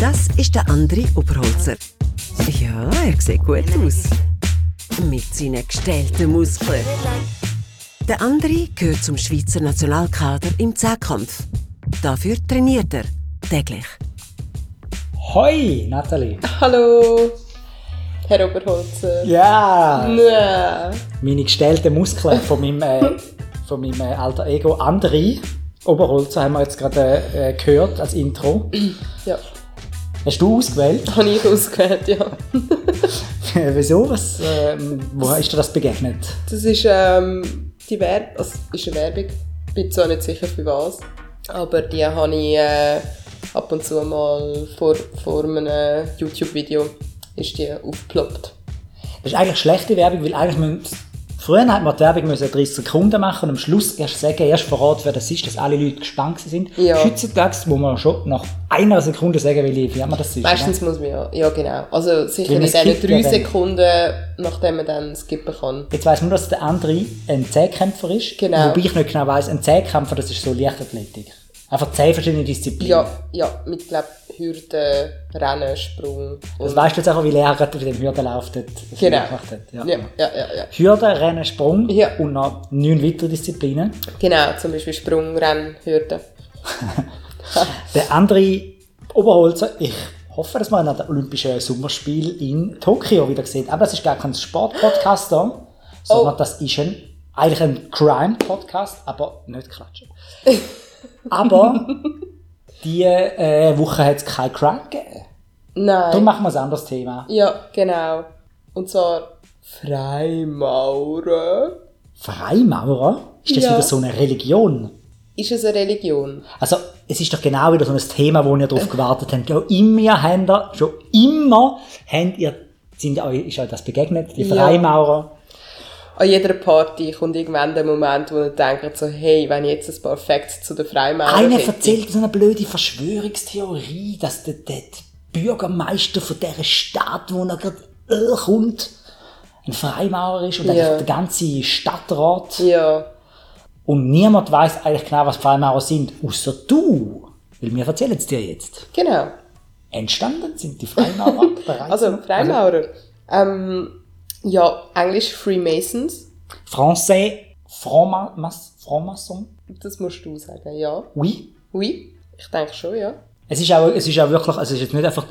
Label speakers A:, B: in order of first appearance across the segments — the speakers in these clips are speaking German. A: Das ist der André Oberholzer. Ja, er sieht gut aus. Mit seinen gestellten Muskeln. Der André gehört zum Schweizer Nationalkader im Zehnkampf. Dafür trainiert er täglich.
B: Hoi, Nathalie.
C: Hallo, Herr Oberholzer.
B: Ja,
C: Ja.
B: meine gestellten Muskeln von meinem, äh, von meinem äh, alter Ego André Oberholzer haben wir jetzt gerade äh, gehört als Intro.
C: Ja,
B: Hast du ausgewählt?
C: habe ich ausgewählt, ja.
B: Wieso? Was, ähm, wo ist dir das begegnet?
C: Das ist, ähm, die Werb also, es ist eine Werbung. Bin zwar nicht sicher für was, aber die habe ich äh, ab und zu mal vor, vor einem YouTube-Video ist die aufgeploppt.
B: Das ist eigentlich schlechte Werbung, weil eigentlich müssen, früher hat man die Werbung müssen 30 Sekunden machen und am Schluss erst sagen, erst verraten, wer das ist, dass alle Leute gespannt sind.
C: Ja.
B: Heutzutage muss man schon nach einer Sekunde sagen, welche Firma das ist.
C: Meistens muss man ja, ja genau. Also sicher
B: Wenn
C: in
B: man
C: diesen
B: skippt,
C: drei
B: dann-
C: Sekunden, nachdem man dann skippen kann.
B: Jetzt weiss man nur, dass der andere ein Zehnkämpfer ist.
C: Genau.
B: Wobei ich nicht genau weiss, ein Zehnkämpfer, das ist so Leichtathletik. Einfach zehn verschiedene Disziplinen.
C: Ja, ja, mit glaub, Hürden, Rennen, Sprung.
B: Das
C: und-
B: weißt du jetzt auch, wie Lea gerade mit dem Hürdenlauf dort das
C: Genau.
B: gemacht hat. Ja.
C: ja, ja, ja, ja.
B: Hürden, Rennen, Sprung
C: Ja.
B: und noch neun weitere Disziplinen.
C: Genau, zum Beispiel Sprung, Rennen, Hürden.
B: Der andere Oberholzer, ich hoffe, dass man ihn an den Olympischen Sommerspielen in Tokio wieder sieht. Aber das ist gar kein Sportpodcast da, sondern
C: Oh.
B: das ist ein, eigentlich ein Crime-Podcast, aber nicht klatschen. aber die äh, Woche hat es kein Crime gegeben. Darum
C: Nein.
B: machen wir ein anderes Thema.
C: Ja, genau. Und zwar Freimaurer.
B: Freimaurer? Ist das
C: Ja.
B: wieder so eine Religion?
C: Ist es eine Religion?
B: Also, es ist doch genau wieder so ein Thema, wo ihr darauf gewartet habt. Schon immer, habt ihr, schon immer habt ihr, sind euch, ist euch das begegnet, die
C: Ja.
B: Freimaurer.
C: An jeder Party kommt irgendwann der Moment, wo ihr denkt so, hey, wenn ich jetzt ein paar Facts zu den Freimaurern
B: Einer
C: hätte.
B: erzählt so eine blöde Verschwörungstheorie, dass der, der Bürgermeister von dieser Stadt, wo er gerade äh, kommt, ein Freimaurer ist und
C: Ja.
B: eigentlich der ganze Stadtrat.
C: Ja,
B: Und niemand weiß eigentlich genau, was Freimaurer sind, außer du. Weil wir erzählen es dir jetzt.
C: genau.
B: Entstanden sind die Freimaurer bereits.
C: Also, Freimaurer. Ähm, ja, Englisch Freemasons.
B: Français, Franc-Mas- Franc-Maçon,
C: Das musst du sagen, ja.
B: oui.
C: Oui, ich denke schon, ja.
B: Es ist auch, es ist auch wirklich, also es ist jetzt nicht einfach,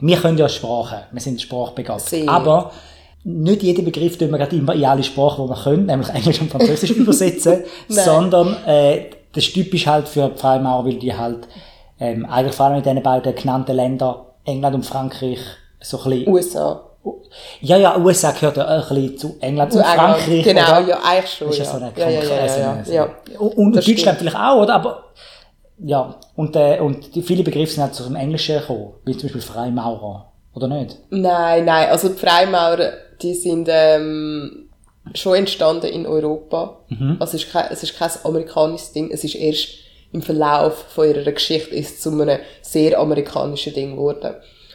B: wir können ja Sprachen, wir sind sprachbegabt,
C: Sehr.
B: aber nicht jeden Begriff tun wir gerade immer in alle Sprachen, die wir können, nämlich Englisch und Französisch übersetzen,
C: Nein.
B: sondern äh, das ist typisch halt für die Freimaurer, weil die halt ähm, eigentlich vor allem in diesen beiden genannten Ländern, England und Frankreich, so ein bisschen,
C: USA.
B: ja, ja, USA gehört ja auch ein bisschen zu England und
C: England,
B: Frankreich,
C: Genau,
B: oder?
C: ja, eigentlich schon.
B: ist ja
C: Oh ja.
B: so eine
C: ja, ja, ja,
B: Krankheit.
C: ja,
B: also,
C: ja, ja.
B: Und, und
C: Das
B: Deutschland
C: stimmt.
B: vielleicht auch, oder? Aber ja, und, äh, und die, viele Begriffe sind halt so aus dem Englischen gekommen, wie zum Beispiel Freimaurer, oder nicht?
C: Nein, nein, also die Freimaurer, die sind ähm, schon entstanden in Europa.
B: Mhm.
C: Also es, ist kein, es ist kein amerikanisches Ding, es ist erst im Verlauf von ihrer Geschichte ist es zu einem sehr amerikanischen Ding geworden.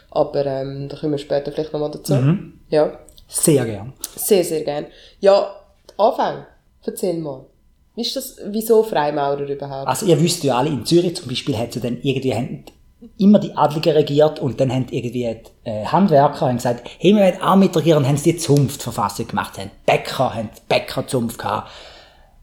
C: Aber ähm, da kommen wir später vielleicht nochmal dazu.
B: Mhm.
C: Ja,
B: Sehr gern.
C: sehr, sehr gern. Ja, Anfang, erzähl mal. Wie ist das, wieso Freimaurer überhaupt?
B: Also ihr wisst ja alle, in Zürich zum Beispiel hat ja dann irgendwie haben immer die Adligen regiert und dann haben irgendwie die äh, Handwerker haben gesagt, hey, wir wollen auch mitregieren, und haben sie die Zunftverfassung gemacht, haben Bäcker, haben die Bäckerzunft gehabt.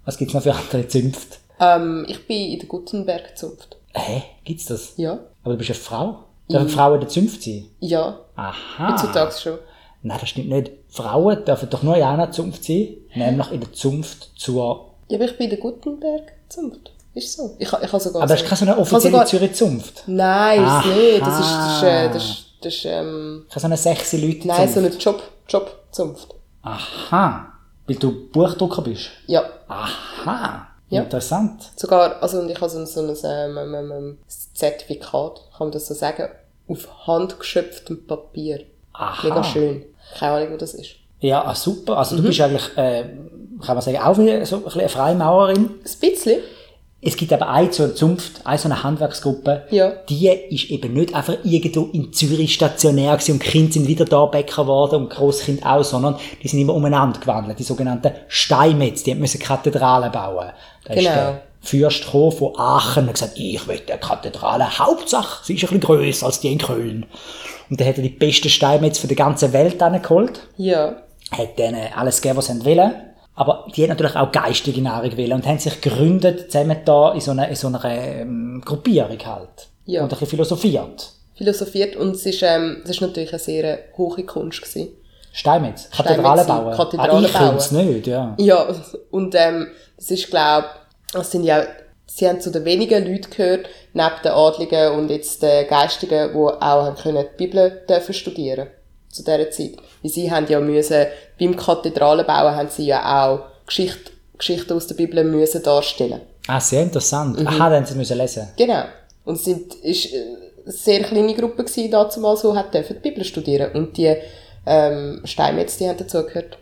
B: Was gibt's noch für andere Zünfte?
C: Ähm, ich bin in der Gutenberg-Zunft.
B: Hä? Gibt's das?
C: Ja,
B: Aber du bist eine Frau? Dürfen Frauen in der Zunft sein?
C: ja,
B: Aha.
C: heutzutage schon.
B: Nein, das stimmt nicht. Frauen dürfen doch nur in einer Zunft sein, nämlich in der Zunft zur...
C: Ja, aber ich bin in der Gutenberg-Zunft. Ist so. Ich, ha- ich habe sogar
B: Aber das ist keine so eine
C: ich habe
B: offizielle
C: sogar-
B: Zürich-Zunft.
C: Nein, ist
B: Aha.
C: nicht. Das ist, das ist, äh, das ist, das ist ähm,
B: Keine so eine sexy leute
C: nein, so eine Job, Job-Zunft.
B: Aha. Weil du Buchdrucker bist.
C: Ja,
B: Aha.
C: Ja.
B: Interessant.
C: sogar, also, und ich habe so ein, so ein ähm, ähm, ähm, ähm, Zertifikat, kann man das so sagen, auf handgeschöpftem Papier.
B: Aha.
C: Mega schön. Keine Ahnung, wo das ist.
B: Ja, ah, super. Also
C: Mhm.
B: du bist eigentlich, äh, kann man sagen, auch wie so ein bisschen eine Freimaurerin.
C: Ein bisschen.
B: Es gibt aber eine so eine Zunft, eine so eine Handwerksgruppe,
C: Ja.
B: die ist eben nicht einfach irgendwo in Zürich stationär gewesen und die Kinder sind wieder da Bäcker geworden und Großkind auch, sondern die sind immer umeinander gewandelt, die sogenannten Steinmetz, die haben müssen Kathedralen bauen. Das
C: Genau.
B: ist der Fürst gekommen von Aachen und hat gesagt, ich will eine Kathedrale. Hauptsache, sie ist ein bisschen grösser als die in Köln. Und dann hat er die besten Steine jetzt von der ganzen Welt geholt
C: Ja.
B: hat denen alles gegeben, was sie wollen. Aber die haben natürlich auch geistige Nahrung wollen und haben sich gegründet, zusammen da in so einer, in so einer ähm, Gruppierung halt.
C: Ja.
B: Und ein bisschen philosophiert.
C: Philosophiert und es ist, ähm, es ist natürlich eine sehr hohe Kunst gewesen.
B: Steinmetz,
C: Steinmetz
B: Kathedralen
C: sind
B: bauen.
C: Kathedralen
B: ah, ich könnte es
C: bauen.
B: nicht, ja.
C: Ja, und ähm, das ist, glaube das sind ja, sie haben zu den wenigen Leuten gehört, neben den Adligen und jetzt den Geistigen, die auch haben können die Bibel dürfen studieren zu dieser Zeit. Weil sie haben ja müssen, beim Kathedralenbau haben sie ja auch Geschichte, Geschichten aus der Bibel müssen darstellen.
B: Ah, sehr interessant.
C: Mhm.
B: Aha, dann haben sie müssen lesen.
C: Genau. Und es sind, ist äh, eine sehr kleine Gruppe gewesen, dazumal so, hat dürfen die Bibel studieren. Und die, ähm, Steinmetz, die haben dazugehört.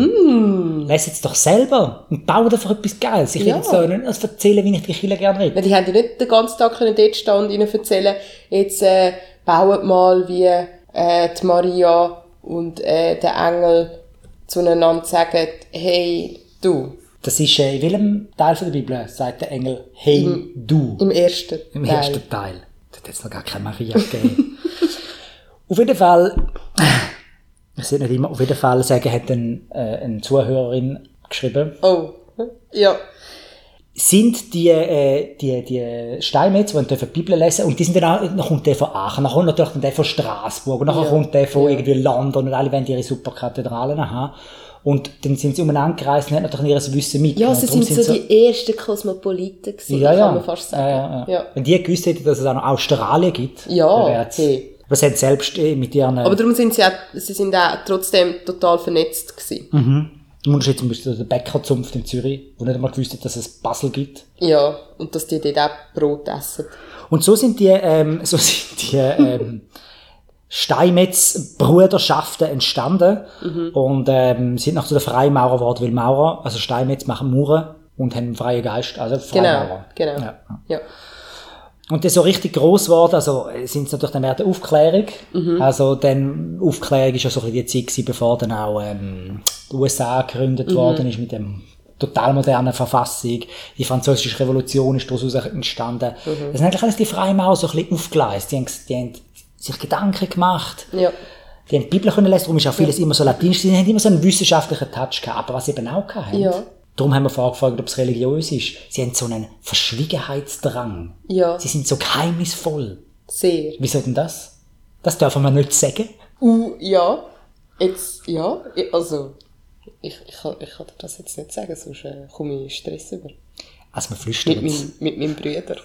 B: Lesen sie es doch selber und bauen einfach etwas Geiles. Ich will
C: Mhm. Ja.
B: jetzt da nicht erzählen, wie ich die Kirche gerne rede.
C: Weil die haben ja nicht den ganzen Tag können dort stehen und ihnen erzählen, jetzt äh, bauen mal wie äh, die Maria und äh, der Engel zueinander sagen, hey, du.
B: Das ist äh, in welchem Teil von der Bibel, sagt der Engel, hey,
C: Mhm.
B: du.
C: Im ersten
B: Im
C: Teil.
B: ersten Teil. Das hat jetzt noch gar keine Maria gegeben. auf jeden Fall, ich sehe nicht immer, auf jeden Fall sagen, hat ein, äh, eine Zuhörerin geschrieben,
C: Oh, ja.
B: sind die, äh, die, die Steinmetz, die haben dürfen die Bibel lesen und die sind dann auch, dann kommt der von Aachen, dann kommt natürlich dann der von Straßburg und nachher kommt der von irgendwie London und alle wollen ihre super Kathedralen haben. Und dann sind sie umeinander gereist und haben natürlich ihr Wissen mitgenommen.
C: Ja, sie
B: Darum
C: sind so, die ersten Kosmopoliten gewesen,
B: ja, ja.
C: kann man fast sagen.
B: Ja, ja, ja.
C: Ja.
B: Wenn die gewusst hätten, dass es auch noch Australien gibt,
C: Ja,
B: dann wär's-
C: hey.
B: Aber sie haben selbst eh mit ihren...
C: Aber darum sind sie auch, sie sind auch trotzdem total vernetzt gewesen.
B: Hm. Im Unterschied äh, zum Beispiel zu der Bäckerzunft in Zürich, wo nicht einmal gewusst hat, dass es Basel gibt.
C: Ja, und dass die dort auch Brot essen.
B: Und so sind die, ähm, so sind die ähm, Steinmetz-Bruderschaften entstanden
C: Mhm.
B: und ähm, sind noch zu der Freimaurer geworden, weil Maurer, also Steinmetz machen Mauern und haben einen freien Geist, also
C: Genau,
B: Freimaurer.
C: genau.
B: Ja.
C: Ja. Ja.
B: Und dann so richtig gross geworden, also äh, sind es natürlich dann mehr der Aufklärung. Also dann, Aufklärung ist ja so ein bisschen die Zeit gewesen, bevor dann auch ähm, die USA gegründet worden ist mit dem total modernen Verfassung. Die französische Revolution ist daraus entstanden. Das sind eigentlich alles die Freimaurer so ein bisschen aufgeleistet. Die haben, ges- die haben sich Gedanken gemacht. Die haben die Bibel können lesen, darum ist auch vieles immer so latinisch. Die haben immer so einen wissenschaftlichen Touch gehabt, aber was sie eben auch hatten.
C: Ja.
B: Darum haben wir vorher gefragt, ob es religiös ist. Sie haben so einen Verschwiegenheitsdrang.
C: Ja.
B: Sie sind so geheimnisvoll.
C: Sehr.
B: Wieso denn das? Das dürfen wir nicht sagen.
C: Uh, ja. Jetzt, ja. Ich- Also, ich, ich, kann, ich kann dir das jetzt nicht sagen, sonst äh, komme ich in Stress über.
B: Also wir
C: Mit,
B: flüstern jetzt.
C: mein, mit meinem Bruder.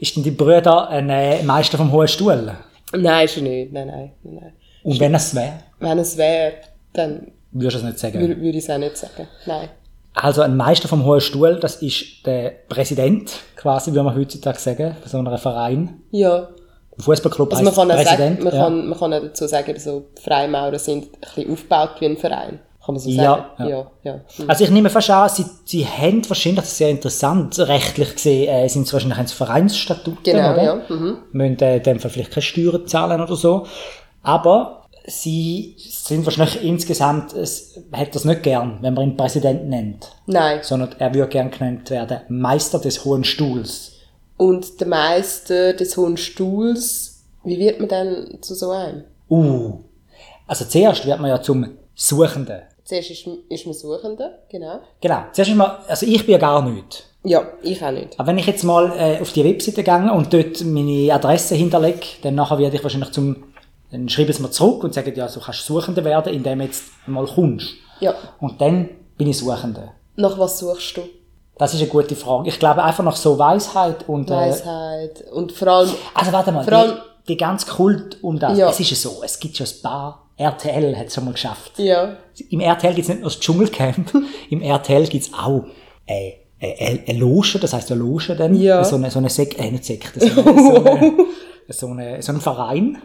B: Ist denn die Brüder ein äh, Meister vom Hohen Stuhl?
C: Nein, ist er nicht. Nein, nein, nein, nein.
B: Und wenn es wäre,
C: Wenn es wäre, dann
B: würdest du es nicht sagen.
C: würde würd ich es auch nicht sagen. Nein.
B: Also ein Meister vom Hohen Stuhl, das ist der Präsident, quasi, wie man heutzutage sagen, von so einem Verein.
C: Ja.
B: Ein Fußballclub
C: Also man
B: heisst
C: kann, auch sagen,
B: Präsident.
C: man,
B: ja.
C: kann, man kann auch dazu sagen, so die Freimaurer sind ein bisschen aufgebaut wie ein Verein. Kann man so
B: Ja,
C: sagen? Ja, ja. ja.
B: Also ich nehme fast an, sie, sie haben wahrscheinlich, das ist sehr interessant, rechtlich gesehen, äh, sind sie wahrscheinlich ein Vereinsstatut.
C: Genau,
B: oder?
C: ja,
B: Müssen äh, in dem Fall vielleicht keine Steuern zahlen oder so. Aber sie sind wahrscheinlich insgesamt, es hätte das nicht gern, wenn man ihn Präsident nennt.
C: Nein.
B: Sondern er würde gern genannt werden Meister des Hohen Stuhls.
C: Und der Meister des Hohen Stuhls, wie wird man denn zu so einem?
B: Uh. Also zuerst wird man ja zum Suchenden.
C: Zuerst ist, ist man Suchender, genau.
B: Genau. Zuerst einmal, also ich bin ja gar nicht.
C: Ja, ich auch nicht.
B: Aber wenn ich jetzt mal äh, auf die Webseite gehe und dort meine Adresse hinterlege, dann nachher werde ich wahrscheinlich zum, dann schreiben sie mir zurück und sagen, ja, so kannst du Suchende werden, indem du jetzt mal kommst.
C: Ja.
B: Und dann bin ich Suchende.
C: Nach was suchst du?
B: Das ist eine gute Frage. Ich glaube einfach nach so Weisheit und, äh,
C: Weisheit. Und vor allem,
B: also warte mal,
C: Vor allem-
B: die, die ganze Kult und das.
C: Ja.
B: Es ist ja so, es gibt schon ein paar, RTL hat es schon mal geschafft.
C: ja,
B: Im RTL gibt's nicht nur das Dschungelcamp, im RTL gibt's auch äh, äh, eine Loge, das heisst eine Loge dann,
C: Ja.
B: so eine, so eine Sek äh, nicht Sekte, so eine, so eine, so eine, so ein Verein,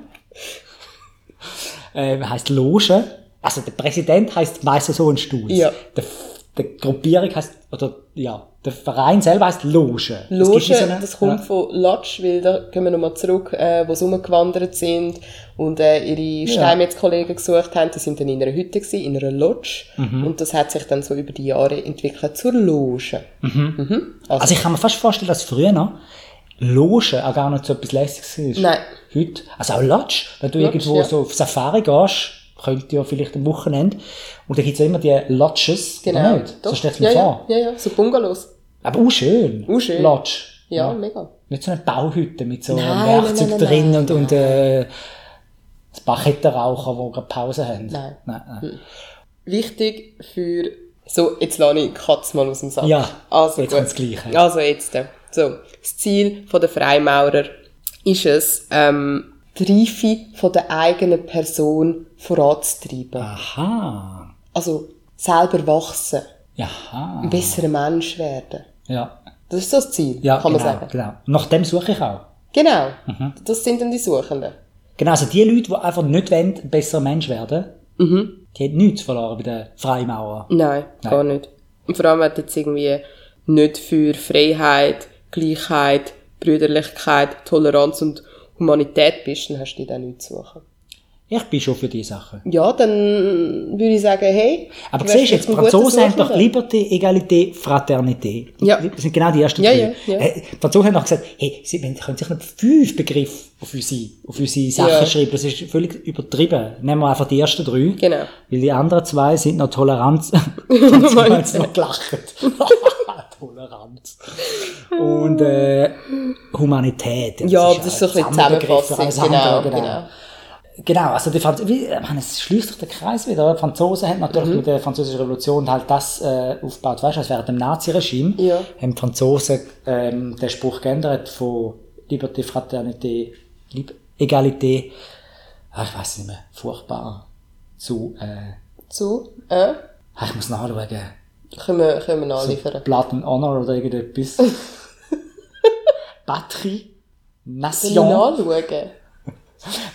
B: äh, heisst Loge, also der Präsident heisst Meister Sohnstuhl,
C: Ja.
B: der, F- die Gruppierung heißt, oder ja, der Verein selber heißt Loge. Es gibt
C: Loge,
B: wie so eine-
C: das kommt
B: ja.
C: von Lodge, weil da kommen wir nochmal zurück, äh, wo sie rumgewandert sind und äh, ihre Steinmetz-Kollegen gesucht haben. Die sind dann in einer Hütte, gewesen, in einer Lodge.
B: Mhm.
C: Und das hat sich dann so über die Jahre entwickelt zur Loge. Mhm. Also,
B: Also ich kann mir fast vorstellen, dass früher noch Loge auch gar nicht so etwas Lässiges war.
C: Nein.
B: Heute, also auch Lodge, wenn du
C: Lodge,
B: irgendwo
C: ja.
B: so auf Safari gehst, könnt ihr vielleicht am Wochenende, und da gibt's ja immer die Lodges, oder
C: genau.
B: Ah, nicht?
C: Doch.
B: So stellst du
C: ja,
B: mir
C: ja,
B: vor.
C: ja, ja, so Bungalows.
B: Aber auch schön.
C: Auch schön.
B: Lodge.
C: Ja, mega.
B: Nicht so eine Bauhütte mit so
C: Nein,
B: einem
C: nein,
B: Werkzeug
C: nein, nein,
B: drin
C: nein,
B: und, und äh, ein paar Kettenraucher, die gerade Pause haben.
C: Nein.
B: nein, nein.
C: Wichtig für, so, jetzt lasse ich die Katze mal aus dem Sack.
B: Ja,
C: also
B: jetzt
C: gut.
B: kommt das Gleiche.
C: Also jetzt, äh, so, das Ziel von der Freimaurer ist es, ähm, die Reife von der eigenen Person voranzutreiben.
B: Ah. Aha.
C: Also, selber wachsen, ein
B: Jaha.
C: besserer Mensch werden.
B: Ja,
C: Das ist so das Ziel,
B: ja
C: kann man
B: genau, Mhm.
C: sagen.
B: genau. Nach dem suche ich auch.
C: Genau, das sind dann die Suchenden.
B: Genau, also die Leute, die einfach nicht wollen, ein besserer Mensch werden, die haben nichts verloren bei den Freimaurer.
C: Nein, gar nicht. Und vor allem hat jetzt irgendwie nicht für Freiheit, Gleichheit, Brüderlichkeit, Toleranz und Humanität bist, dann hast du dir dann nichts zu suchen.
B: Ich bin schon für diese Sachen.
C: Ja, dann würde ich sagen, hey.
B: Aber
C: du
B: siehst
C: wärst
B: du, jetzt, die
C: vielleicht ein guter
B: Franzosen haben doch
C: Suchender.
B: Liberté, Egalité, Fraternité.
C: Ja.
B: Das sind genau die ersten
C: Ja,
B: drei.
C: ja, ja.
B: Äh, die Franzosen haben doch gesagt, hey, sie wollen- können sich nicht fünf Begriffe auf unsere, auf unsere Sachen
C: Ja.
B: schreiben. Das ist völlig übertrieben. Nehmen wir einfach die ersten drei.
C: Genau.
B: Weil die anderen zwei sind noch Toleranz. Und zwei haben noch gelacht. Toleranz. Und äh, Humanität.
C: Ja, das ist so ein bisschen
B: Sammelbegriff für
C: Zusammenfassung.
B: halt alles andere,
C: Genau, genau.
B: Genau, also die Franz wie, ich meine, es schließt sich der Kreis wieder. oder? Die Franzosen haben natürlich mit der französischen Revolution halt das äh, aufgebaut, weißt du, also während dem Naziregime
C: Ja.
B: haben die Franzosen ähm, den Spruch geändert von Liberté, Fraternité, Lib Egalité, ah, ich weiß nicht mehr, furchtbar, zu, äh,
C: Zu, äh,
B: ah, ich muss nachschauen,
C: können wir, können wir nachliefern.
B: Blood and Honor oder irgendetwas. Patrie,
C: Soll ich
B: Nation.
C: nachschauen?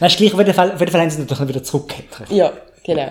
B: Nein, ist gleich, auf jeden Fall, auf jeden Fall haben sie es natürlich wieder zurückgekehrt.
C: Ja, genau.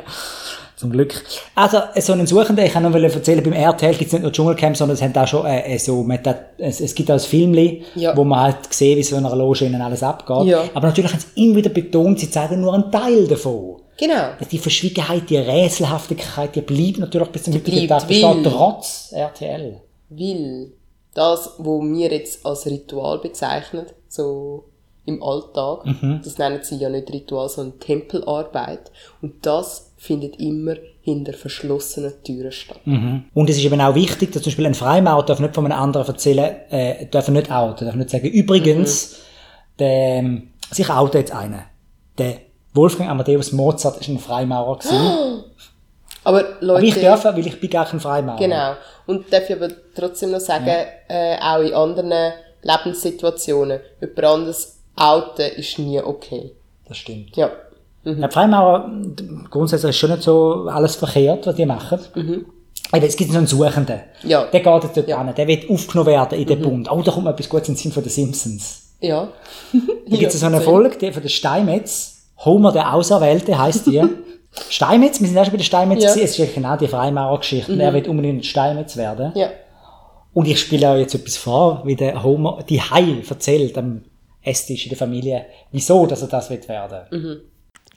B: Zum Glück. Also, äh, so einen Suchenden, ich kann noch erzählen, beim RTL gibt es nicht nur Dschungelcamp, sondern es, haben auch schon, äh, äh, so, man hat, auch- es, es gibt auch ein Filmchen,
C: Ja.
B: wo man halt sieht, wie so in einer Loge ihnen alles abgeht.
C: Ja.
B: Aber natürlich haben sie immer wieder betont, sie zeigen nur einen Teil davon. Also
C: Genau.
B: Die Verschwiegenheit, die Rätselhaftigkeit, die bleibt natürlich bis zum heutigen
C: bleibt
B: Tag bestehen,
C: wild.
B: trotz RTL.
C: Weil das, was wir jetzt als Ritual bezeichnen, so im Alltag,
B: Mhm.
C: das nennen sie ja nicht Ritual, sondern Tempelarbeit. Und das findet immer hinter verschlossenen Türen statt.
B: Mhm. Und es ist eben auch wichtig, dass zum Beispiel ein Freimaurer darf nicht von einem anderen erzählen, äh, darf er nicht outen, darf nicht sagen, übrigens,
C: Mhm.
B: der, ähm, sich outet jetzt einer. Der Wolfgang Amadeus Mozart ist ein Freimaurer
C: Ah,
B: gewesen.
C: Aber Leute,
B: Aber ich darf, weil ich bin gar kein Freimaurer.
C: genau. Und darf ich aber trotzdem noch sagen, äh, auch in anderen Lebenssituationen, jemand anderes outen ist nie okay.
B: Das stimmt.
C: Ja. Mhm.
B: Ja, die Freimaurer, mh, grundsätzlich ist schon nicht so alles verkehrt, was die machen. Eben, es gibt so einen Suchenden.
C: Mhm. Ja. Mhm.
B: Der geht jetzt dort hin, der wird aufgenommen werden in den Bund. Oh, da kommt mir etwas Gutes in den Sinn von den Simpsons.
C: Ja.
B: Da gibt es so eine Folge die, von der Steinmetz. Homer der Auserwählte heißt die. Steinmetz, wir sind auch schon bei der Steinmetz.
C: Ja.
B: gewesen. Es ist ja genau die Freimaurergeschichte. Und Er wird unbedingt ein Steinmetz werden.
C: Ja.
B: Und ich spiele auch jetzt etwas vor, wie der Homer, die Hai erzählt am Esstisch in der Familie, wieso, dass er das wird werden.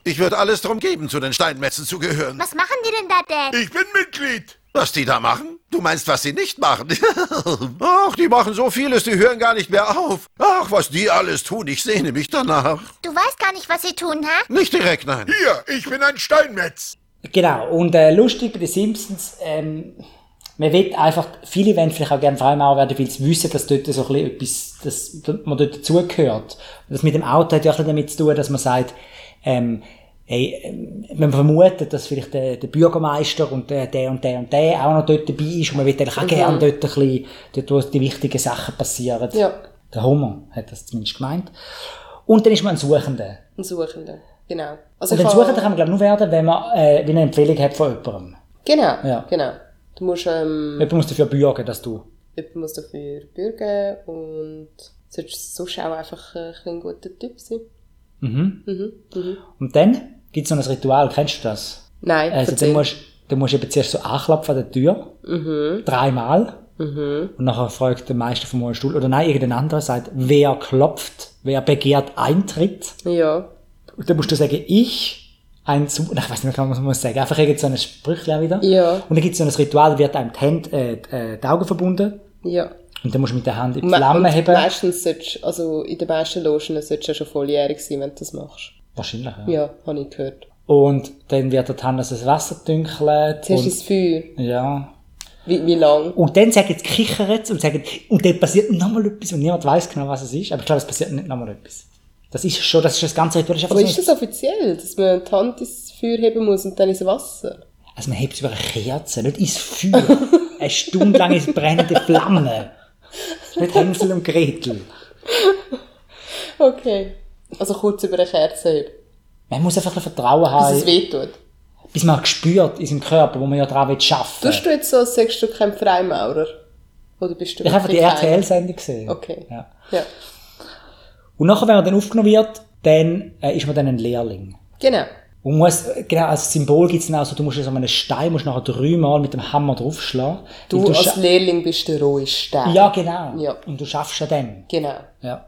D: Ich würde alles drum geben, zu den Steinmetzen zu gehören.
E: Was machen die denn da, Dad?
D: Ich bin Mitglied. Was die da machen? Du meinst, was sie nicht machen? Ach, die machen so vieles, die hören gar nicht mehr auf. Ach, was die alles tun, ich sehne mich danach.
E: Du weißt gar nicht, was sie tun, ha?
D: Nicht direkt, nein.
F: Hier, ich bin ein Steinmetz.
B: Genau. Und äh, lustig bei den Simpsons, ähm, man will einfach, viele wollen vielleicht auch gerne Freimaurer werden, weil sie wissen, dass dort so ein bisschen etwas, dass dass man dort dazugehört. Und das mit dem Auto hat ja auch ein bisschen damit zu tun, dass man sagt, ähm, hey, ähm, man vermutet, dass vielleicht der, der Bürgermeister und der, der und der und der auch noch dort dabei ist und man will eigentlich auch gerne dort ein bisschen, dort, wo die wichtigen Sachen passieren.
C: Ja.
B: Der Homer hat das zumindest gemeint. Und dann ist man ein Suchender.
C: Ein Suchender. Genau. Also
B: Und ein
C: ich
B: Suchender kann man, glaube ich, nur werden, wenn man äh, wie eine Empfehlung hat von jemandem.
C: Genau,
B: Ja.
C: genau. Du musst, ähm,
B: Jemand muss dafür bürgen, dass du.
C: jemand muss dafür bürgen und solltest sonst auch einfach ein, bisschen ein guter Typ sein.
B: Und dann gibt es noch ein Ritual, kennst du das?
C: Nein,
B: Also,
C: erzähl.
B: dann musst, Du musst eben zuerst so anklopfen an der Tür.
C: Mhm.
B: Dreimal. Und nachher fragt der Meister vom Stuhl oder nein, irgendein anderer sagt, wer klopft, wer begehrt Eintritt.
C: Ja.
B: Und dann musst du sagen, ich, ein Zu, Nein, ich weiß nicht, was man muss sagen. Einfach irgend so ein Sprüchlein wieder.
C: Ja.
B: Und dann gibt es so ein Ritual, da wird einem die, Hände, äh, die, äh, die Augen verbunden.
C: Ja.
B: Und dann musst du mit der Hand in die
C: Me-
B: Flamme
C: und
B: heben.
C: Meistens solltest, also in den meisten Logen solltest du ja schon volljährig sein, wenn du das machst.
B: Wahrscheinlich, ja.
C: Ja, habe ich gehört.
B: Und dann wird der Hannes das Wasser dünkelt.
C: Zuerst
B: Und,
C: ins Feuer.
B: ja.
C: Wie, wie lang?
B: Und dann sagen sie kichert und sagen, und dann passiert nochmal etwas und niemand weiß genau, was es ist. Aber ich glaube, es passiert nicht nochmal etwas. Das ist schon, das ist das ganze Ritual. Das Ist
C: Aber
B: einfach
C: ist
B: so ein,
C: das offiziell, dass man die Hand ins Feuer heben muss und dann ins Wasser?
B: also man hebt es über eine Kerze, nicht ins Feuer. eine Stunde lang ist brennende Flamme. Nicht Hänsel und Gretel.
C: Okay. Also kurz über eine Kerze heben.
B: Man muss einfach ein bisschen Vertrauen
C: Bis es
B: haben,
C: wehtut.
B: bis man spürt in seinem Körper, wo man ja dran will schaffen.
C: Tust du jetzt so, als sagst du kein Freimaurer? Oder bist du
B: Ich habe einfach die
C: wirklich kein-
B: RTL-Sendung gesehen.
C: Okay.
B: Ja.
C: Ja.
B: Und nachher, wenn man dann aufgenommen wird, dann äh, ist man dann ein Lehrling.
C: Genau.
B: Und muss, genau, als Symbol gibt's dann auch so, du musst so einen Stein, musst nachher dreimal mit dem Hammer draufschlagen.
C: Du,
B: Weil
C: als
B: scha-
C: Lehrling bist der rohe Stein.
B: Ja, genau.
C: Ja.
B: Und du schaffst ja dann.
C: Genau.
B: Ja.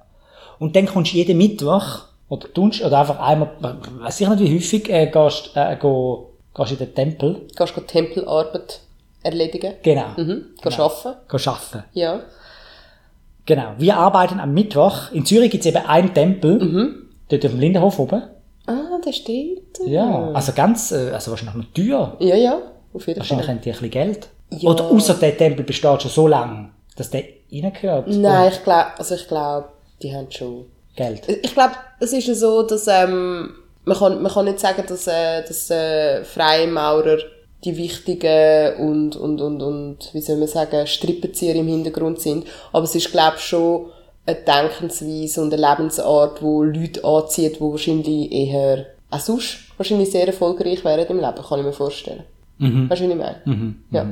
B: Und dann kommst du jeden Mittwoch, oder tunst, oder einfach einmal, weiß ich nicht wie häufig, äh, gehst, äh, go, gehst in den Tempel.
C: Gehst du Tempelarbeit erledigen?
B: Genau.
C: Mhm. Gehst arbeiten?
B: Gehst arbeiten.
C: Ja.
B: Genau. Wir arbeiten am Mittwoch. In Zürich gibt's eben einen Tempel.
C: Mhm.
B: Dort auf dem Lindenhof oben.
C: Ah, der steht.
B: Ja. Also ganz, äh, also wahrscheinlich noch teuer.
C: Ja, ja. Auf jeden
B: Wahrscheinlich
C: Fall.
B: haben die ein bisschen Geld.
C: Ja.
B: Oder außer der Tempel besteht schon so lange, dass der reingehört.
C: Nein, Äh, ich glaube, also ich glaube, die haben schon.
B: Und Geld.
C: Ich glaube, es ist ja so, dass ähm, man, kann, man kann nicht sagen, dass, äh, dass äh, Freimaurer die wichtigen und, und, und, und, wie soll man sagen, Strippenzieher im Hintergrund sind. Aber es ist, glaube ich, schon eine Denkensweise und eine Lebensart, wo Leute anzieht, die wahrscheinlich eher auch sonst wahrscheinlich sehr erfolgreich wären im Leben, kann ich mir vorstellen. Mhm. Weißt du, was ich meine? Ja.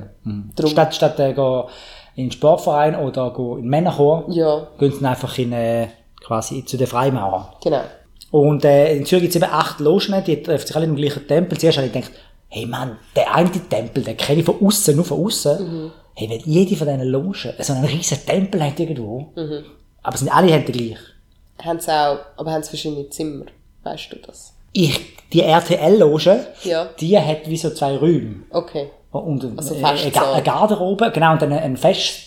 C: Drum.
B: Statt, statt äh, go in den Sportverein oder go in den Männerchor,
C: Ja,
B: gehen sie dann einfach in, äh, quasi zu den Freimaurern.
C: genau.
B: Und äh, in Zürich gibt es eben acht Logen, die treffen sich alle im gleichen Tempel. Zuerst habe ich gedacht, hey Mann, der eine Tempel, den kenne ich von außen, nur von außen.
C: Mhm.
B: Hey, wenn jede von diesen Logen so einen riesen Tempel hat irgendwo,
C: Mhm.
B: aber sind alle haben den gleich.
C: Haben sie auch, aber haben sie verschiedene Zimmer. Weißt du das?
B: ich, die RTL-Loge,
C: Ja.
B: die hat wie so zwei Räume.
C: Okay.
B: Und ein-
C: Also
B: äh,
C: Festsaal.
B: eine Ga- eine Garderobe, genau, und dann ein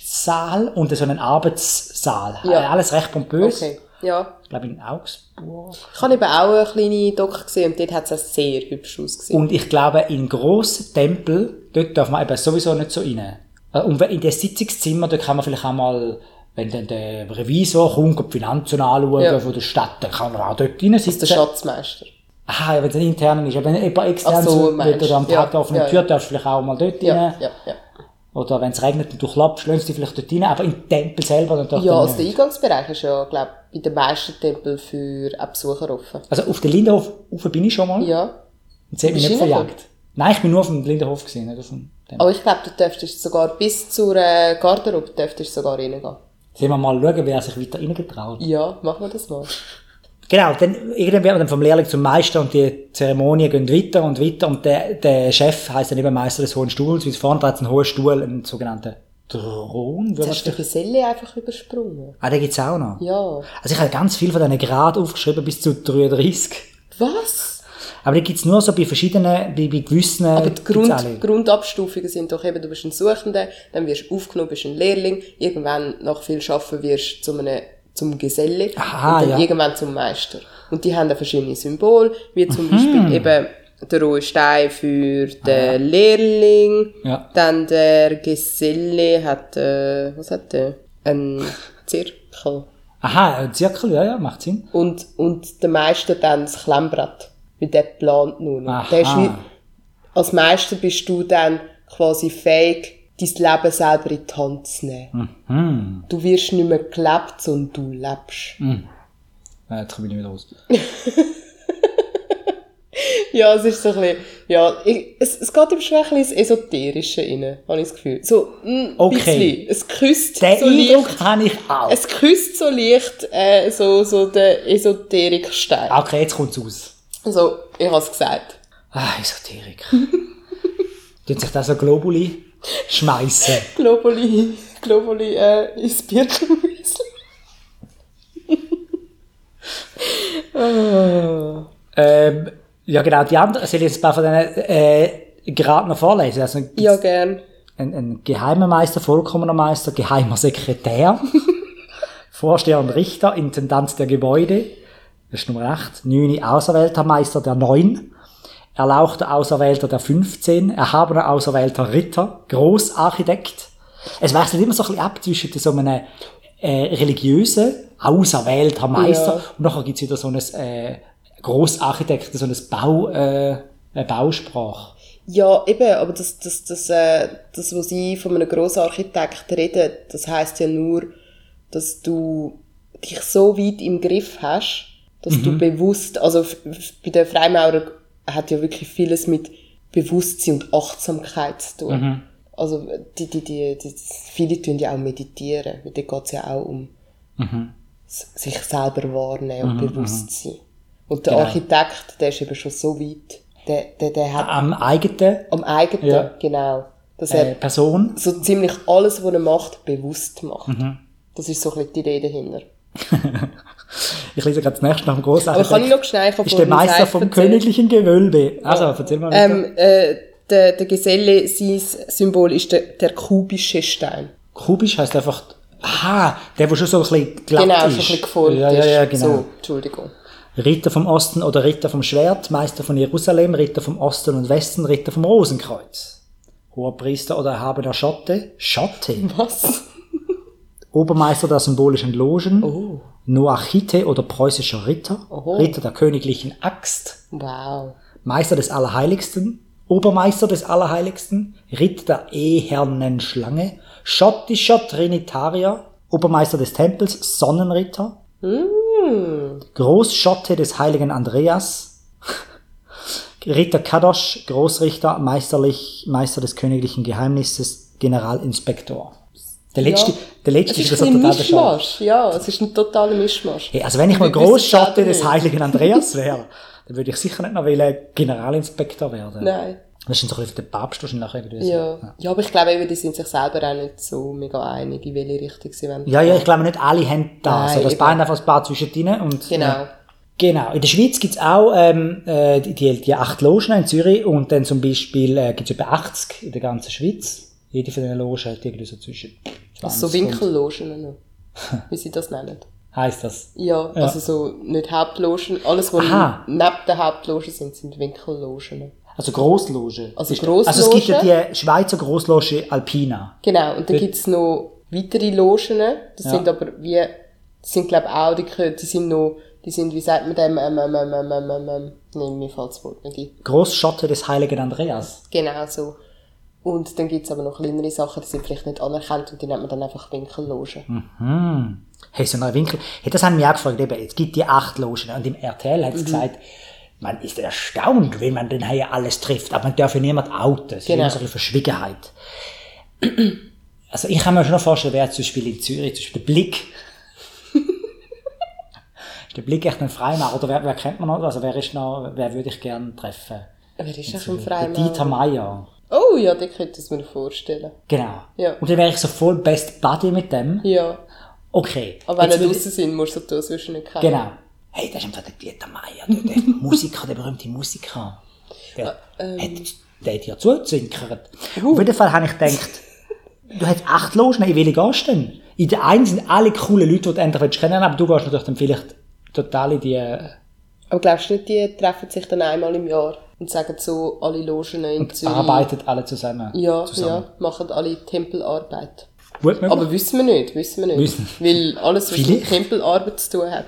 B: Festsaal und so einen Arbeitssaal.
C: Ja.
B: Äh, Alles recht pompös.
C: Okay. Ja.
B: Ich glaube in Augsburg.
C: Ich habe eben auch eine kleine Doc gesehen und dort hat es auch sehr hübsch ausgesehen.
B: Und ich glaube, in grossen Tempel, dort darf man eben sowieso nicht so rein. Äh, Und wenn- in den Sitzungszimmer, dort kann man vielleicht auch mal, wenn dann der Revisor kommt und die Finanzen anschauen
C: Ja.
B: von der Stadt, dann kann man auch dort rein
C: Das ist der
B: sitzen.
C: Schatzmeister.
B: Aha, ja, wenn es ein interner ist. Aber wenn jemand extern
C: Ach so,
B: so,
C: meinst
B: oder am
C: du.
B: Tag
C: Ja,
B: der offenen
C: ja,
B: Tür,
C: ja.
B: darfst du vielleicht auch mal dort
C: Ja,
B: rein.
C: ja, ja.
B: Oder wenn es regnet und du klappst, lässt du vielleicht dort rein. Aber im Tempel selber dann doch
C: Ja, also
B: nicht.
C: der Eingangsbereich ist ja, glaube ich, bei den meisten Tempeln für auch Besucher offen.
B: Also auf den Lindenhof rauf bin ich schon mal.
C: Ja.
B: Und sie hat mich
C: Bist
B: nicht
C: du Oh.
B: verjagt. Nein, ich bin nur auf dem Lindenhof gesehen, nicht auf dem Tempel.
C: Aber ich glaube, du dürftest sogar bis zur äh, Garderobe dürftest sogar reingehen.
B: Sollen wir mal schauen, wer sich weiter reingetraut.
C: Ja, machen wir das mal.
B: Genau, dann, irgendwann wird man dann vom Lehrling zum Meister und die Zeremonien gehen weiter und weiter und der, der Chef heisst dann eben Meister des Hohen Stuhls, weil vorne hat es einen hohen Stuhl, einen sogenannten Thron,
C: Jetzt
B: würde
C: hast du
B: ich
C: die Selle einfach übersprungen.
B: Ah, den gibt's auch noch.
C: Ja.
B: Also ich habe ganz viel von diesen Grad aufgeschrieben, bis zu 33.
C: Was?
B: Aber die gibt's nur so bei verschiedenen, bei, bei gewissen...
C: Aber die
B: Äh, gibt's alle.
C: Grund, Grundabstufungen sind doch eben, du bist ein Suchender, dann wirst du aufgenommen, bist ein Lehrling, irgendwann nach viel Arbeiten wirst du zu einem, zum Geselle
B: Aha,
C: und dann
B: ja.
C: irgendwann zum Meister. Und die haben dann verschiedene Symbole, wie zum Beispiel eben der rohe Stein für den Lehrling,
B: Ah, Ja.
C: dann der Geselle hat, äh, was hat der? Ein Zirkel.
B: Aha, ein Zirkel, ja, ja, macht Sinn.
C: Und, und der Meister dann das Klemmbrett. Weil der plant nur noch.
B: Aha.
C: Der ist wie, als Meister bist du dann quasi fähig, dein Leben selber in die Hand zu nehmen.
B: Mhm.
C: Du wirst nicht mehr gelebt, sondern du lebst.
B: Äh, jetzt komme ich nicht mehr raus.
C: Ja, es ist so ein bisschen, ja, ich, es, es geht im schon ein bisschen ins Esoterische rein, habe ich das Gefühl. So, mm, ein
B: Okay.
C: bisschen. Es küsst
B: Den
C: so leicht,
B: Eindruck habe ich auch.
C: es küsst so leicht, äh, so, so den Esoterikstein.
B: Okay, jetzt kommt's raus.
C: Also, ich habe es gesagt.
B: Ah, Esoterik. Tun sich da so Globuli schmeißen.
C: Globuli, Globuli äh, ins Birkenmüsli.
B: Ähm, ja, genau, die anderen, soll ich jetzt ein paar von denen äh, gerade noch vorlesen? Also, gibt's
C: Ja, gern.
B: ein, ein geheimer Meister, vollkommener Meister, geheimer Sekretär, Vorsteher und Richter, Intendant der Gebäude, das ist Nummer 8, 9. Auserwählter Meister der 9, erlauchter Auserwählter der 15, erhabener Auserwählter Ritter, Großarchitekt. Es wechselt immer so ein bisschen ab zwischen so einem äh, religiösen Auserwählter Meister
C: Ja.
B: und nachher gibt's wieder so ein äh, Großarchitekt, so ein Bau, äh, eine Bausprache.
C: Ja, eben, aber das, das, das, äh, das, was Sie von einem grossen Architekt reden, das heisst ja nur, dass du dich so weit im Griff hast, dass du bewusst, also f- f- bei den Freimaurern hat ja wirklich vieles mit Bewusstsein und Achtsamkeit zu tun. Also die, die, die, die, viele tun ja auch meditieren, weil da geht es ja auch um s- sich selber wahrnehmen und bewusst sein. Und der
B: Genau.
C: Architekt, der ist eben schon so weit, der, der, der hat
B: Am eigenen
C: am eigenen,
B: Ja.
C: genau. Dass
B: äh,
C: er
B: Person
C: so ziemlich alles, was er macht, bewusst macht.
B: Mhm.
C: Das ist so ein bisschen die Rede dahinter.
B: Ich lese gerade das nächste nach dem
C: Aber kann ich
B: Großarchitekt.
C: noch schnell von
B: Ist der
C: meinem
B: Meister
C: Seif
B: vom
C: erzählen?
B: königlichen Gewölbe. Also, erzähl mal weiter.
C: Ähm, äh, der, der Geselle, sein Symbol ist der, der kubische Stein.
B: Kubisch heisst einfach, aha, der, der schon so ein bisschen glatt
C: genau,
B: ist.
C: so ein bisschen gefolgt
B: ja, ja, ja,
C: ist.
B: genau.
C: So, Entschuldigung.
B: Ritter vom Osten oder Ritter vom Schwert, Meister von Jerusalem, Ritter vom Osten und Westen, Ritter vom Rosenkreuz. Hoherpriester oder erhabener Schotte, Schotte.
C: Was?
B: Obermeister der symbolischen Logen,
C: Oh.
B: Noachite oder preußischer Ritter, Ritter der königlichen Axt,
C: Wow.
B: Meister des Allerheiligsten, Obermeister des Allerheiligsten, Ritter der ehernen Schlange, schottischer Trinitarier, Obermeister des Tempels, Sonnenritter, Großschotte des heiligen Andreas, Ritter Kadosch, Großrichter, meisterlich, Meister des königlichen Geheimnisses, Generalinspektor. Der letzte, der
C: Es
B: letzte
C: ist,
B: ist, also
C: ein
B: total bescheuert.
C: Mischmasch. Ja, es ist ein totaler Mischmasch.
B: Hey, also wenn ich mal
C: Wir wissen
B: Großschotte
C: selber
B: des
C: nicht.
B: heiligen Andreas wäre, dann würde ich sicher nicht noch wollen Generalinspektor werden.
C: Nein.
B: Das ist so ein bisschen für den Papst wahrscheinlich irgendwie. so.
C: Ja. ja, aber ich glaube, eben, die sind sich selber auch nicht so mega einig, in welche Richtung sie wollen.
B: Ja, ja, ich glaube nicht alle haben das.
C: Nein,
B: Nein, das
C: eben.
B: Bein einfach ein paar zwischendrin und...
C: Genau.
B: Ja. Genau. In der Schweiz gibt's auch ähm, äh, die, die, die acht Logen in Zürich und dann zum Beispiel äh, gibt's etwa 80 in der ganzen Schweiz. Jede von diesen Logen hat irgendwie so zwischen 20
C: Also so Winkellogen noch. Wie sie das nennen.
B: Heißt das?
C: Ja,
B: Ja.
C: also so nicht Hauptlogen. Alles, was
B: Aha.
C: neben der Hauptloge sind, sind Winkellogen.
B: Also Grossloge.
C: Also
B: Ist- Also es gibt ja
C: Grossloge.
B: die Schweizer Grossloge Alpina.
C: Genau, und dann gibt's noch weitere Logen. Das
B: Ja.
C: sind aber wie, das sind glaube ich auch, die, gehö- die sind noch, die sind, wie sagt man dem, ähm, ähm, ähm, ähm, ähm, ähm, ähm, nein, mir fällt das Wort nicht ein.
B: Großschotte des heiligen Andreas.
C: Genau so. Und dann gibt's aber noch kleinere Sachen, die sind vielleicht nicht anerkannt und die nennt man dann einfach Winkellogen.
B: Hm. Hey, so ein Winkel. Hey, das haben wir auch gefragt. Eben, es gibt die acht Logen. Und im RTL
C: Mhm.
B: hat es gesagt, man ist erstaunt, wenn man den hier alles trifft. Aber man darf ja niemand outen. Es ist
C: Genau.
B: immer so ein bisschen Verschwiegenheit. Also ich kann mir schon noch vorstellen, wer zum Beispiel in Zürich, zum Beispiel der Blick. ist der Blick echt ein Freimaurer? Oder wer, wer kennt man noch? Also wer ist noch, wer würde ich gerne treffen?
C: Wer ist das vom
B: Der Dieter
C: Freimaurer?
B: Meier.
C: Oh ja, den könnte ich mir vorstellen.
B: Genau.
C: Ja.
B: Und dann wäre ich so voll Best Buddy mit dem.
C: Ja.
B: Okay.
C: Aber wenn
B: jetzt
C: sie
B: würde-
C: draussen sind, musst du so tun, als würdest du ihn nicht kennen.
B: Genau. Hey, das ist einfach der Dieter Meier, der, der Musiker, der berühmte Musiker. Der,
C: ähm,
B: hat, der hat ja zugezinkert. Auf jeden Fall habe ich gedacht, du hast acht Logen, in welche gehst du denn? In der einen sind alle coole Leute, die du endlich willst kennenlernen aber du gehst natürlich dann vielleicht total in die... äh,
C: Aber glaubst du nicht, die treffen sich dann einmal im Jahr und sagen so, alle Logen in Zürich...
B: Arbeitet alle zusammen.
C: Hm. Ja,
B: zusammen.
C: ja, machen alle Tempelarbeit.
B: Gut möglich.
C: Aber wissen wir nicht, wissen wir nicht.
B: Wissen-
C: Weil alles, was mit
B: Vielleicht.
C: Tempelarbeit zu tun hat.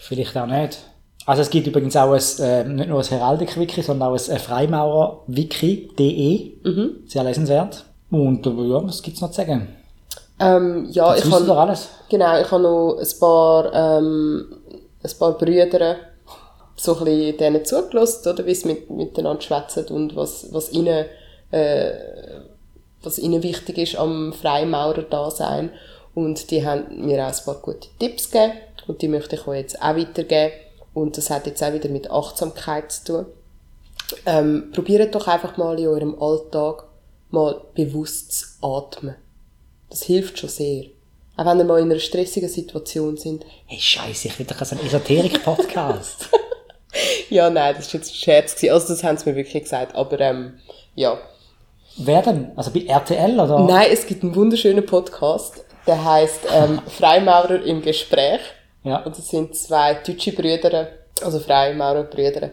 B: Vielleicht auch nicht. Also es gibt übrigens auch ein, äh, nicht nur ein Heraldik-Wiki, sondern auch ein äh, Freimaurer-Wiki.de.
C: Mhm.
B: Sehr lesenswert. Und äh, ja, was gibt's noch zu sagen?
C: Ähm, ja,
B: Das
C: ich
B: wissen doch
C: habe
B: alles.
C: genau, ich habe noch ein paar, ähm, ein paar Brüder so ein bisschen denen zugelassen, oder wie sie mit, miteinander schwätzen und was, was ihnen äh, was ihnen wichtig ist am Freimaurer da sein und die haben mir auch ein paar gute Tipps gegeben und die möchte ich euch jetzt auch weitergeben und das hat jetzt auch wieder mit Achtsamkeit zu tun. Ähm, probiert doch einfach mal in eurem Alltag mal bewusst zu atmen. Das hilft schon sehr. Auch wenn ihr mal in einer stressigen Situation sind.
B: Hey, scheiße, ich will doch so einen Esoterik-Podcast.
C: Ja, nein, das war jetzt ein Scherz. gewesen. Also das haben sie mir wirklich gesagt. Aber ähm, ja.
B: Wer denn? Also bei RTL oder?
C: Nein, es gibt einen wunderschönen Podcast. Der heißt ähm, Freimaurer im Gespräch.
B: Ja.
C: Und das sind zwei deutsche Brüder, also Freimaurerbrüder,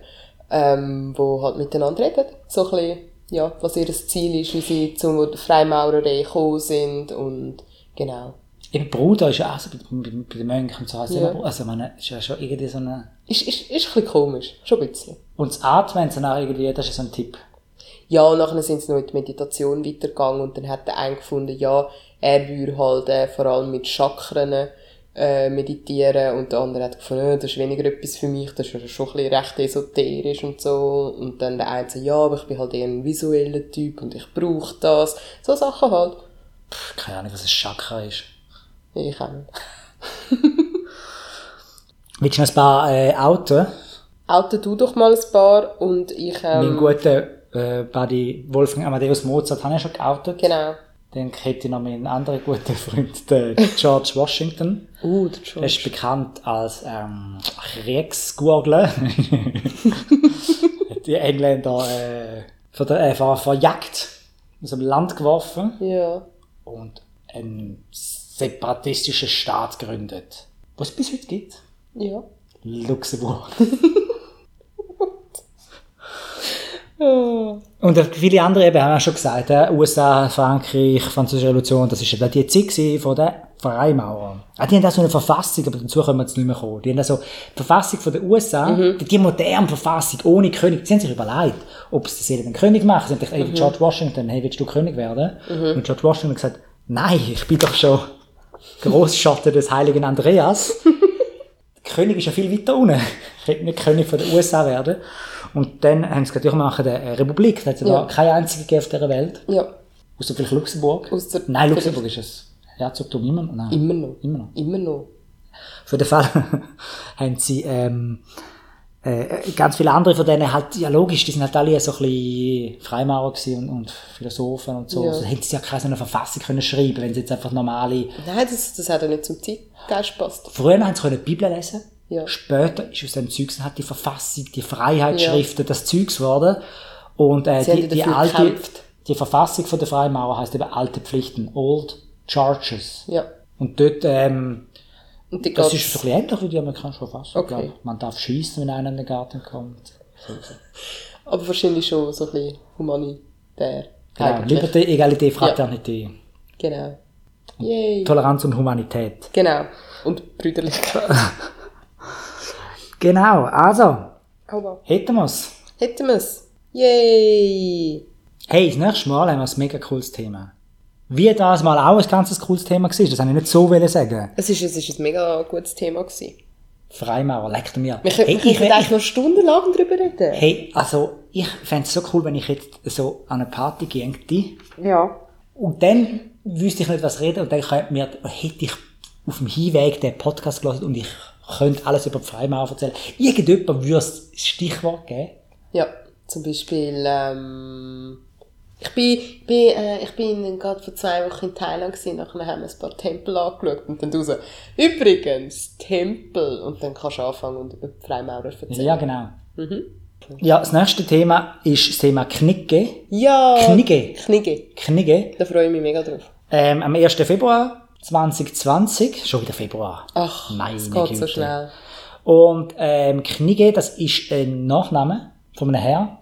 C: ähm, wo halt miteinander reden. So ein bisschen, ja, was ihr Ziel ist, wie sie zum Freimaurerei gekommen sind und genau.
B: Eben Bruder ist ja auch so bei, bei, bei den Mönchen und so. Also,
C: Ja.
B: ja. also ich meine, ist ja schon irgendwie so eine...
C: Ist, ist, ist ein bisschen komisch, schon ein bisschen.
B: Und das Atmen haben sie dann auch irgendwie, das ist so ein Tipp.
C: Ja, und nachher sind sie noch in die Meditation weitergegangen und dann hat der eine gefunden, ja, er würde halt äh, vor allem mit Chakren äh, meditieren und der andere hat gefunden, äh, das ist weniger etwas für mich, das ist ja schon ein bisschen recht esoterisch und so. Und dann der eine sagt, ja, aber ich bin halt eher ein visueller Typ und ich brauche das. So Sachen halt.
B: Pff, Keine Ahnung, was ein Chakra ist.
C: Ich auch nicht.
B: Willst du noch ein paar äh, Autos?
C: Auto du doch mal ein paar und ich,
B: Mein
C: ähm,
B: guter äh, Buddy Wolfgang Amadeus Mozart habe ich schon geoutet.
C: genau.
B: Dann hätte ich noch meinen anderen guten Freund, den George Washington.
C: Uh, der
B: Er ist bekannt als ähm, Kriegsgurgler. Hat die Engländer äh, vor, der, äh, vor, vor Jagd aus dem Land geworfen
C: Ja.
B: und einen separatistischen Staat gegründet. Was es bis heute gibt.
C: Ja.
B: Luxemburg. Und viele andere eben haben auch schon gesagt, äh, USA, Frankreich, Französische Revolution, das ist ja die Zeit gewesen von den Freimaurern. Ah, die haben auch so eine Verfassung, aber dazu können wir jetzt nicht mehr kommen. Die haben also die Verfassung von den USA, die moderne Verfassung ohne König, die haben sich überlegt, ob sie das eben den König machen. Sie haben gedacht, ey, George Washington, hey, willst du König werden? Und George Washington hat gesagt, nein, ich bin doch schon Großschotte des heiligen Andreas. Der König ist ja viel weiter unten. Ich hätte nicht König von den USA werden. Und dann haben sie gesagt, ja, wir machen eine Republik. Da hat es
C: Ja.
B: ja. noch keine einzige gegeben auf dieser Welt.
C: Ja.
B: Außer vielleicht Luxemburg.
C: Ausser-
B: Nein, Luxemburg ist ein Herzogtum immer noch. Nein.
C: Immer noch.
B: Immer noch.
C: Immer noch.
B: Für den Fall haben sie ähm, äh, ganz viele andere von denen halt, ja logisch, die sind halt alle so ein bisschen Freimaurer gewesen und, und Philosophen und so.
C: Ja.
B: Also hätten sie ja keine so eine Verfassung können schreiben wenn sie jetzt einfach normale...
C: Nein, das, das hat ja nicht zum Zeitgeist gepasst.
B: Früher haben sie können die Bibel lesen.
C: Ja.
B: Später ist aus dem Zeugs hat die Verfassung, die Freiheitsschriften, das Zeugs geworden. Und äh,
C: Sie
B: die,
C: haben
B: die
C: dafür
B: alte
C: gekämpft.
B: die Verfassung von der Freimaurer heißt eben alte Pflichten, Old Charges.
C: Ja.
B: Und dort ähm,
C: Und die
B: das
C: geht's-
B: ist so ein bisschen ähnlich wie die amerikanische Verfassung.
C: Okay.
B: glaub ich. Man darf schießen, wenn einer in den Garten kommt.
C: Aber wahrscheinlich schon so ein bisschen humanitär.
B: Genau.
C: eigentlich.
B: Liberté, Egalité, Fraternité,
C: Genau. Yay.
B: Toleranz und Humanität.
C: Genau. Und Brüderlichkeit.
B: Genau, also,
C: Aber
B: hätten wir's.
C: hätten wir es. Yay.
B: Hey, das nächste Mal haben wir ein mega cooles Thema. Wie das mal auch ein ganzes cooles Thema war, das habe ich nicht so wollen sagen.
C: Es ist, es ist ein mega gutes Thema gewesen.
B: Freimaurer, leckt mir.
C: Wir könnten
B: Hey,
C: wir
B: ich,
C: könnten eigentlich
B: ich,
C: noch stundenlang darüber reden.
B: hey, also, ich fände es so cool, wenn ich jetzt so an eine Party ginge
C: Ja.
B: und dann wüsste ich nicht, was reden und dann könnte mir, hätte ich auf dem Hinweg den Podcast gelesen und ich könnte alles über die Freimaurer erzählen. Irgendjemand würde es ein Stichwort geben.
C: Ja. Zum Beispiel, ähm, ich bin, ich bin, äh, ich bin gerade vor zwei Wochen in Thailand gewesen, nachher haben wir ein paar Tempel angeschaut und dann raus, übrigens, Tempel, und dann kannst du anfangen und über die Freimaurer erzählen.
B: Ja, genau. Ja, das nächste Thema ist das Thema Knicke.
C: Ja.
B: Knigge.
C: Knigge.
B: Knicke.
C: Da freue ich mich mega drauf.
B: Ähm, am 1. Februar 2020, schon wieder Februar.
C: Ach,
B: Meine
C: es geht so
B: Güte.
C: schnell.
B: Und ähm, Knigge, das ist ein Nachname von einem Herrn,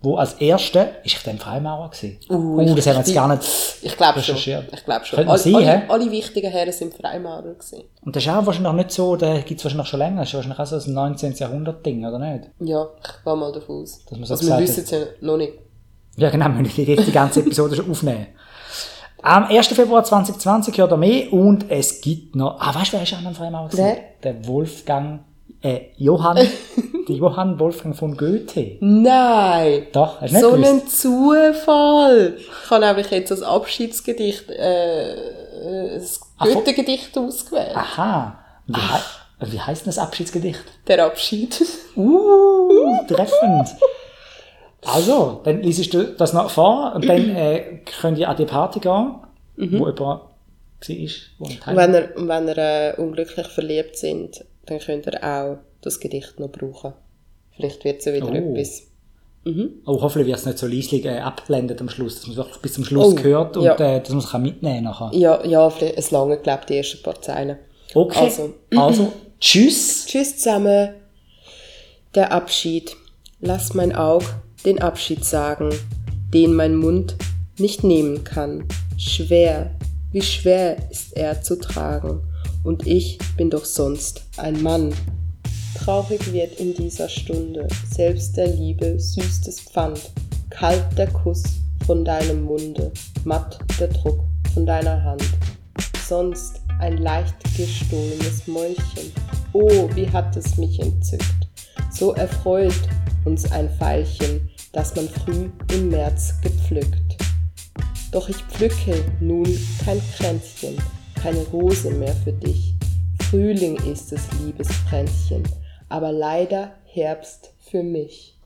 B: wo als erster ist ich dann Freimaurer gewesen. Uh, das haben wir jetzt gar nicht.
C: Ich glaube schon.
B: Recherchiert.
C: Ich glaube schon.
B: Könnte man
C: Alle,
B: sein,
C: alle,
B: hä?
C: alle wichtigen Herren sind Freimaurer gewesen.
B: Und das ist auch wahrscheinlich nicht so, da gibt's wahrscheinlich schon länger, das ist wahrscheinlich auch so ein 19. Jahrhundert-Ding, oder nicht?
C: Ja, ich gehe mal davon aus.
B: Dass man so
C: also wir
B: gesagt
C: wissen es ja noch nicht.
B: Ja, genau, wir müssen jetzt die ganze Episode schon aufnehmen. Am 1. Februar 2020 hört er mehr und es gibt noch. Ah, weißt du, wer ist auch noch ein Freimaurer? gewesen? Der Wolfgang, äh, Johann, der Johann Wolfgang von Goethe.
C: Nein!
B: Doch, hast du nicht
C: So
B: gewusst?
C: ein Zufall! Ich habe nämlich jetzt als Abschiedsgedicht äh, äh,
B: Ach, Ah.
C: ein
B: von-
C: Goethe-Gedicht ausgewählt.
B: Aha. Wie, hei- wie heißt denn das Abschiedsgedicht?
C: Der Abschied.
B: Uh, treffend. Also, dann liest du das noch vor und dann äh, könnt ihr an die Party gehen,
C: Mhm.
B: wo jemand war, wo ein
C: Und
B: Teil
C: wenn ihr, und wenn ihr äh, unglücklich verliebt sind, dann könnt ihr auch das Gedicht noch brauchen. Vielleicht wird es ja wieder
B: Oh.
C: etwas.
B: Oh, hoffentlich wird es nicht so leislich äh, abblendet am Schluss, dass man es wirklich bis zum Schluss
C: Oh,
B: hört und
C: ja.
B: äh, dass man es kann mitnehmen kann.
C: Ja, ja, vielleicht- es lange glaubt die ersten paar Zeilen.
B: Okay, also,
C: Also.
B: tschüss.
C: Tschüss zusammen. Der Abschied. Lass mein Aug den Abschied sagen, den mein Mund nicht nehmen kann. Schwer, wie schwer ist er zu tragen. Und ich bin doch sonst ein Mann. Traurig wird in dieser Stunde selbst der Liebe süßes Pfand. Kalt der Kuss von deinem Munde, matt der Druck von deiner Hand. Sonst ein leicht gestohlenes Mäulchen. Oh, wie hat es mich entzückt. So erfreut uns ein Veilchen, das man früh im März gepflückt. Doch ich pflücke nun kein Kränzchen, keine Rose mehr für dich. Frühling ist es, liebes Kränzchen, aber leider Herbst für mich.